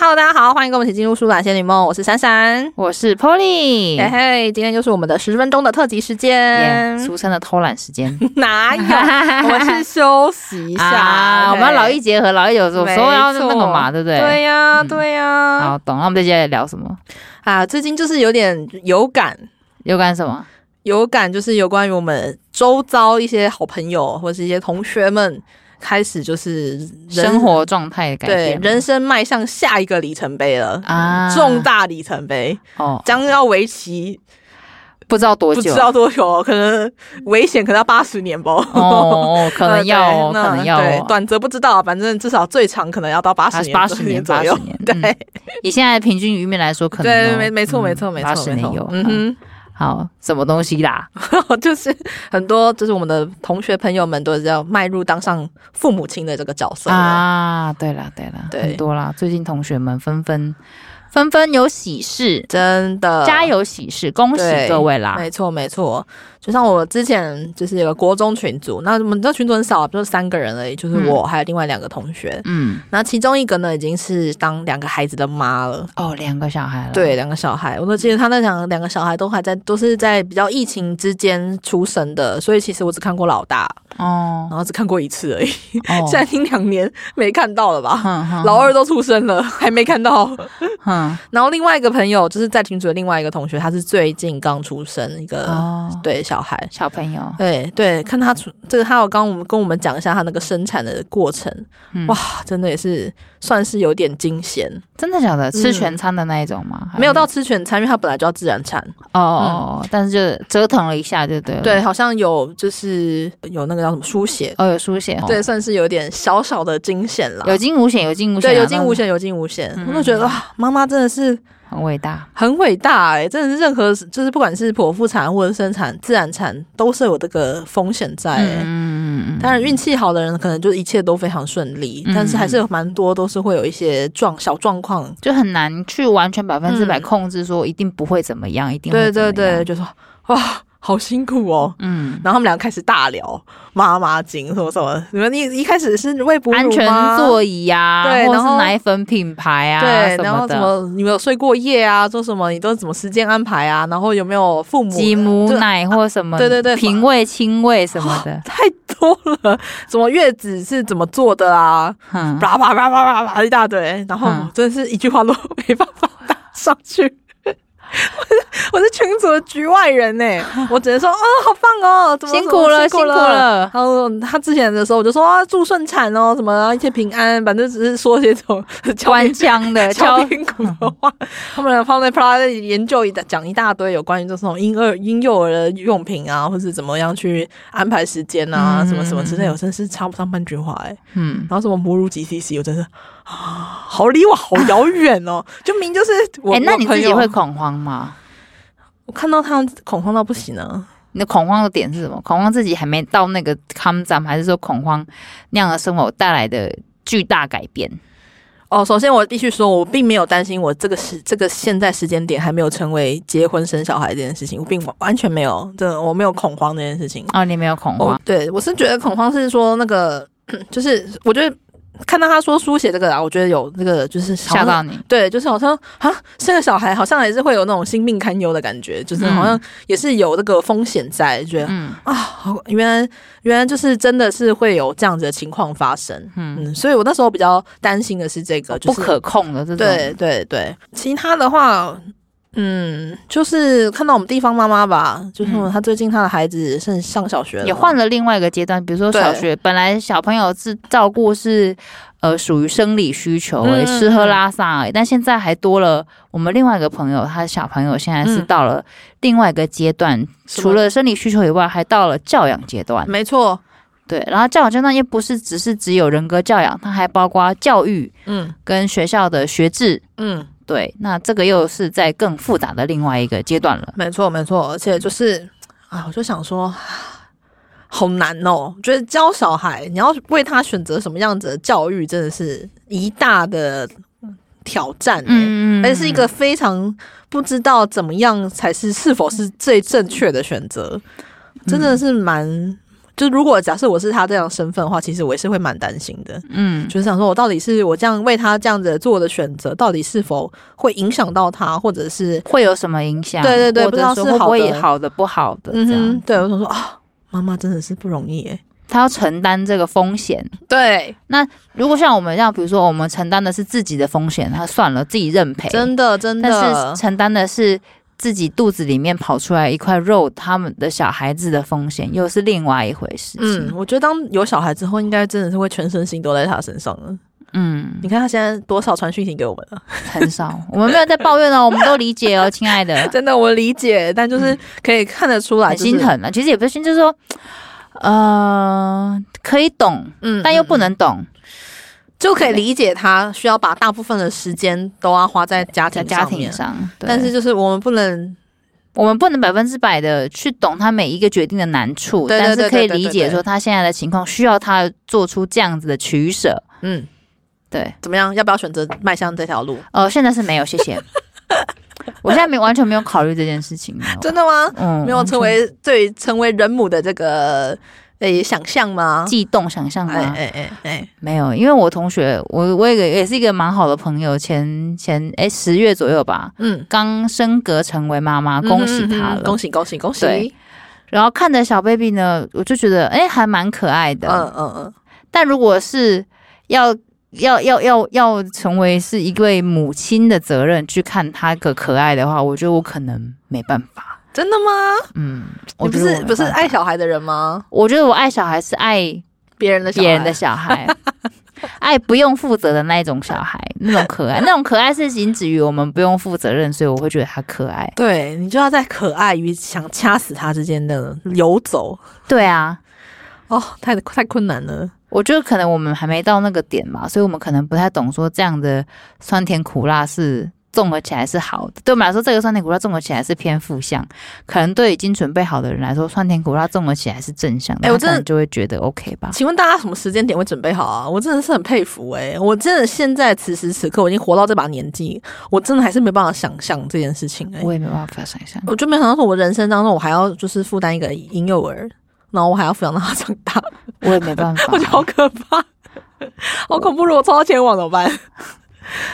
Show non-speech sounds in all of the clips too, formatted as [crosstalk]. Hello，大家好，欢迎跟我们一起进入苏打仙女梦，我是珊珊。我是 Polly，嘿嘿，今天就是我们的十分钟的特辑时间 [laughs] 耶俗称的偷懒时间哪有？我是休息 [laughs] 一下， [laughs] 啊，我们要劳逸结合，劳逸有时候没时候要那错个嘛，对不嘿。对？对呀、嗯对呀、啊好，懂。那我们这接下来聊什么？最近就是有点有感，有关什么？有感就是有关于我们周遭一些好朋友或是一些同学们开始就是人生活状态的改对变吗，人生迈向下一个里程碑了啊重大里程碑哦，将要为期不知道多不久，知道多久哦，可能危险可能要八十年吧。哦， [laughs] 可能要，哦，对那可能要对，哦。短则不知道，反正至少最长可能要到八十年，八十年左右八十年。 [laughs] 对、嗯以现在平均余命来说，可能对，有没没错嗯没错没八错十没年错有。[laughs] 嗯嗯好，什么东西啦？哼，就是很多就是我们的同学朋友们都是要迈入当上父母亲的这个角色了啊，对了对了，对很多啦。最近同学们纷纷纷纷有喜事，真的加！油啊喜事，恭呃对喜各位啦！没错没错，就像我之前就是有个国中群组，那我们这群组很少，就是三个人而已，就是嗯我还有另外两个同学，嗯，那其中一个呢已经是当两个孩子的妈了。哦，两个小孩了，对，两个小孩，我都记得他那两两个小孩都还在，都是在比较疫情之间出生的，所以其实我只看过老大，哦，然后只看过一次而已。[laughs] 哦嗯现在已经两年没看到了吧？哼哼老二都出生了，还没看 [laughs] 到。哼然后另外一个朋友，就是在群组的另外一个同学，他是最近刚出生一个、哦，呃对小孩。小朋友，对对，看他出这个，他有刚我们跟我们讲一下他那个生产的过程，嗯哇，真的也是算是有点惊险，真的假的？吃全餐的那一种吗？还嗯没有到吃全餐，因为他本来就要自然产，哦哦，哦但是就折腾了一下就对了。对，，好像有就是有那个叫什么输血，哦，有输血，哦对，，算是有点小小的惊险啦。有惊无险，有惊无险啊，对，有惊无险，险，有惊无险，嗯我就觉得哇，妈妈真的是很伟大。很伟大哎、真的是任何就是不管是剖腹产或者生产、自然产，都是有这个风险在、欸。嗯嗯嗯当然，运气好的人可能就一切都非常顺利，嗯但是还是有蛮多都是会有一些状小状况。就很难去完全百分之百嗯控制，说一定不会怎么样，一定对会怎么对样对，，就说哇，好辛苦哦。嗯，然后他们俩开始大聊妈妈经什么什么，你们一一开始是喂哺乳吗安全座椅呀，对或者然后是奶粉品牌啊，对，什然后么什的，么你们有睡过夜啊？做什么？你都怎么时间安排啊？然后有没有父母？挤母就奶或什么，对对对平喂、亲喂什么的，太多了，什么月子是怎么做的啊？ [laughs] 嗯，叭叭叭叭叭叭一大堆，然后嗯我真的是一句话都 [laughs] 没办法搭上去。我是我是群组的局外人呢、我只能说，哦，好棒哦，怎么辛苦了，怎辛么辛苦苦了。了。然后他之前的时候，我就说啊，祝顺产哦，什么，然后一切平安，反正只是说些这种敲 [laughs] 官边腔 [laughs] 的敲敲，嗯边鼓的话。 [laughs] 他们俩放在啪啦在研究一大讲一大堆有关于这种婴儿婴幼儿的用品啊，或是怎么样去安排时间啊，嗯什么什么之类，我真是插不上半句话哎、嗯，然后什么母乳几 cc，我真是 [gasps] 啊，好离我好遥远哦，就明就是我。哎、那我你朋自己友会恐慌吗？我看到他恐慌到不行啊。你的恐慌的点是什么？恐慌自己还没到那个 come down，还是说恐慌那样的生活带来的巨大改变？哦，首先我必须说，我并没有担心我这个时这个现在时间点还没有成为结婚生小孩这件事情，我并完全没有，这我没有恐慌这件事情。哦，你没有恐我慌，对我是觉得恐慌是说那个，嗯就是我觉得看到他说书写这个啊，我觉得有那个就是好吓像到你，对，就是好像啊，生个小孩好像还是会有那种性命堪忧的感觉，就是好像也是有这个风险在，觉得、嗯啊，好，原来原来就是真的是会有这样子的情况发生，嗯，嗯，所以我那时候比较担心的是这个，就是、不可控的这种，对，对对，其他的话，嗯，就是看到我们地方妈妈吧，就是嗯她最近她的孩子是上小学了，也换了另外一个阶段，比如说小对学，本来小朋友是照顾是。呃，属于生理需求、嗯欸，嗯吃喝嗯拉撒而已。但现在还多了我们另外一个朋友，他的小朋友现在是嗯到了另外一个阶段，什除么嗯了生理需求以外，还到了教养阶段。没错，对，然后教养阶段也不是只是只有人格教养，它还包括教育嗯跟学校的学制。嗯。对，那这个又是在更复杂的另外一个阶段了。没错，没错，而且就是啊，我就想说， [sighs] 好难哦。觉得教小孩，你要为他选择什么样子的教育，真的是一大的挑战、嗯，嗯而且是一个非常不知道怎么样才是是否是最正确的选择，真的是蛮就是如果假设我是他这样身份的话，其实我也是会蛮担心的，嗯，就是想说我到底是我这样为他这样子做的选择，到底是否会影响到他，或者是会有什么影响？对对对或不知道者说是会不好会的好的不好的嗯这样，哼，对我想说啊，妈妈真的是不容易耶，他要承担这个风险。对，如果像我们这样，比如说我们承担的是自己的风险，那算了，自己认赔。真的真但的是，承担的是自己肚子里面跑出来一块肉，他们的小孩子的风险又是另外一回事嗯情。，我觉得当有小孩之后，应该真的是会全身心都在他身上了。嗯你看他现在多少传讯息给我们啊了，很少，我们没有在抱怨哦，我们都理解哦，亲 [laughs] 爱的， [laughs] 真的我理解，但就是可以看得出来，很就是心，疼啊。其实也不是心，就是说，呃，可以懂，嗯但又不能。能懂。就可以理解他需要把大部分的时间都要花在家在庭嗯家上庭面，上，对但是就是我们不能我们不能百分之百的去懂他每一个决定的难处，对对但对是可以对对理对解对说他现在的情况需要他做出这样子的取舍。嗯对，怎么样，要不要选择迈向这条路？呃，现在是没有，谢 [laughs] 谢。我现在没完全没有考虑这件事情，真的吗？嗯没有成为对成为人母的这个诶、想象吗？悸动想象吗？哎哎哎哎，没有，因为我同学，我我有一个也是一个蛮好的朋友，前前哎十月左右吧，嗯，刚升格成为妈妈，恭喜她嗯嗯了。嗯恭喜恭喜恭喜！对然后看着小 baby 呢，我就觉得哎还蛮可爱的，嗯嗯嗯，但如果是要要要要要成为是一位母亲的责任去看他个可爱的话，我觉得我可能没办法。真的吗？嗯，我你不觉得我是没不是办法爱，小孩的人吗？我觉得我爱小孩是爱别人的小孩别人的小孩。 [laughs] 爱不用负责的那一种小孩，那种可爱，那种可爱是仅止于我们不用负责任，所以我会觉得他可爱。对你就要在可爱与想掐死他之间的游走对啊，哦，太太困难了。我觉得可能我们还没到那个点嘛，所以我们可能不太懂说这样的酸甜苦辣是综合起来是好的。对我们来说，这个酸甜苦辣综合起来是偏负向，可能对已经准备好的人来说，酸甜苦辣综合起来是正向的。哎我他可真的能就会觉得 OK 吧。请问大家什么时间点会准备好啊？我真的是很佩服哎、我真的现在此时此刻，我已经活到这把年纪，我真的还是没办法想象这件事情哎、我也没办法想象，我就没想到说，我人生当中我还要就是负担一个婴幼儿，然后我还要抚养到他长大，我也没办法 [laughs] 我。觉得好可 [laughs] 怕，好恐怖！如果抽到前网怎么办？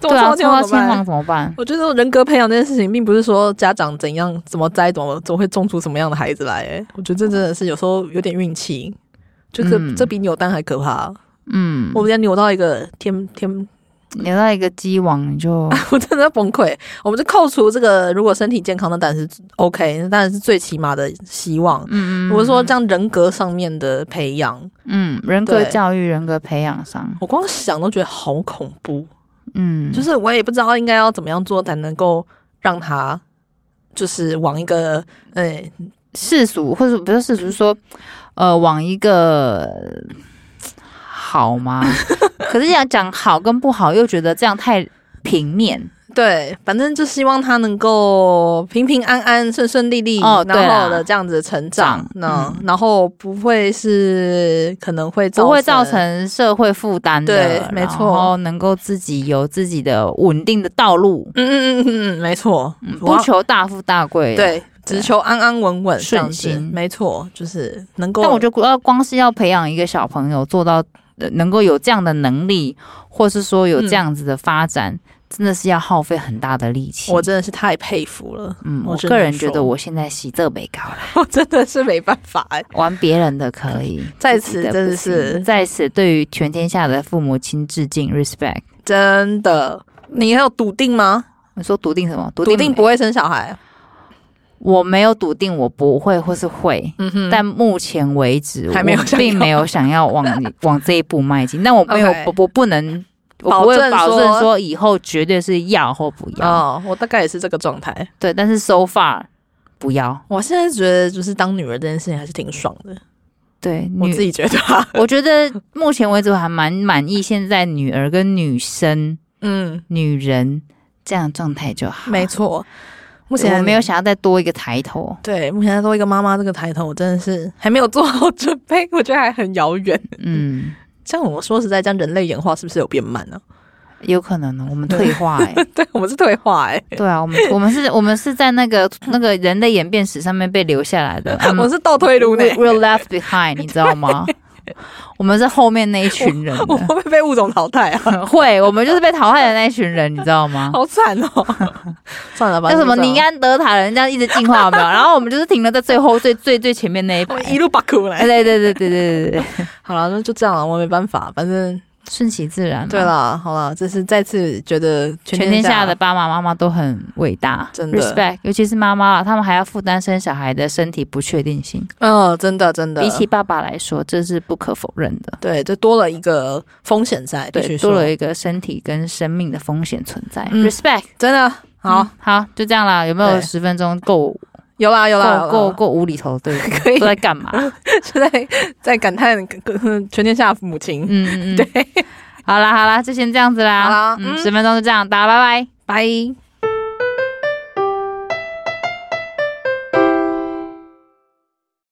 怎对么抽啊，到抽前到网怎亲么王办？怎么办？我觉得人格培养这件事情，并不是说家长怎样怎么栽，怎么怎么会种出什么样的孩子来、哎，我觉得这真的是有时候有点运气，就这、嗯这比扭蛋还可怕、嗯，我们家扭到一个天天， [laughs] 留到一个鸡网你就我真的崩溃。我们就扣除这个，如果身体健康，那当然是 OK，那当然是最起码的希望。嗯 [laughs] 我是说，这样人格上面的培养，嗯，人格对教育、人格培养上，我光想都觉得好恐怖。嗯，就是我也不知道应该要怎么样做才能够让他，就是往一个呃、世俗，或者不是世俗，说呃，往一个 [laughs] 好吗？可是想讲好跟不好，又觉得这样太平面。对，反正就希望他能够平平安安、顺顺利利，哦对然后啦的这样子成长长，嗯那、然后不会是可能会不会造成社会负担的，对没错然后能够自己有自己的稳定的道路，嗯嗯嗯嗯嗯，没错，我不要求大富大贵。，对，只求安安稳稳这样子顺心没错，就是能够。但我觉得要光是要培养一个小朋友做到、呃能够有这样的能力，或是说有这样子的发展，真的是要耗费很大的力气。我真的是太佩服了，嗯，我我只个能人觉说得我现在习这没高了。我真的是没办法哎、玩别人的可 [laughs] 以，在此自己真不的是行在此对于全天下的父母亲致敬，respect。真的。你还有笃定吗？你说笃定什么？笃笃定定不会生小孩，我没有笃定我不会或是会，嗯哼但目前为止还没有我想要并没有想要往 [laughs] 往这一步迈进。但我没有 OK 我我不能，我保不会证保证说说以后绝对是要或不要。哦，我大概也是这个状态。对，但是 so far 不要。我现在觉得，就是当女儿这件事情还是挺爽的，对，我女自己觉得啊。我觉得目前为止我还蛮满意现在女儿跟女生 [laughs] 嗯，女人这样的状态就好。没错。目目前前我没有想要再多一个抬头。对，目前在做一个妈妈这个抬头，我真的是还没有做好准备， [laughs] 我觉得还很遥远。 [laughs] 嗯，像我说实在，这样人类演化是不是有变慢呢、啊哎、有可能哦，我们退化哎、 [laughs] 对，我们是退化哎、 [laughs] 对啊，我们我们是，我们是在那个那个人类演变史上面被留下来 [laughs] 的。我们是倒退路呢 We-。We're left behind，你知道 [laughs] 吗？我们是后面那一群人我会的， [laughs] 不会被物种淘汰啊？会，我们就是被淘汰的那一群人，你知道 [laughs] 吗？好惨哦！ [laughs] 算了吧，叫什么就这样尼？安德塔人这样一直进化有 [laughs] 没有？然后我们就是停了在最后最最最前面那一排我。一路把苦 [laughs] 哎来。对对对对对对对，好了，那就这样了，我没办法，反正顺其自然嘛。啊对了，好了，这是再次觉得全嗯全天下下的爸爸妈妈都很伟大，真的 respect，尤其是妈妈了，他们还要负担生小孩的身体不确定性，嗯，真的真的，比起爸爸来说，这是不可否认的。对，就多了一个风险在，必对，须说多了一个身体跟生命的风险存在。嗯 Respect，真的好嗯，好，就这样啦。有没有对十分钟够有啦有啦，够够有啦够无厘头？对， [laughs] 可以 [laughs] 都在干嘛？就在在感叹 [laughs] 全天下母亲，嗯嗯，嗯，好啦好啦，就先这样子啦。好啦嗯，嗯十分钟就这样，大家拜拜。拜。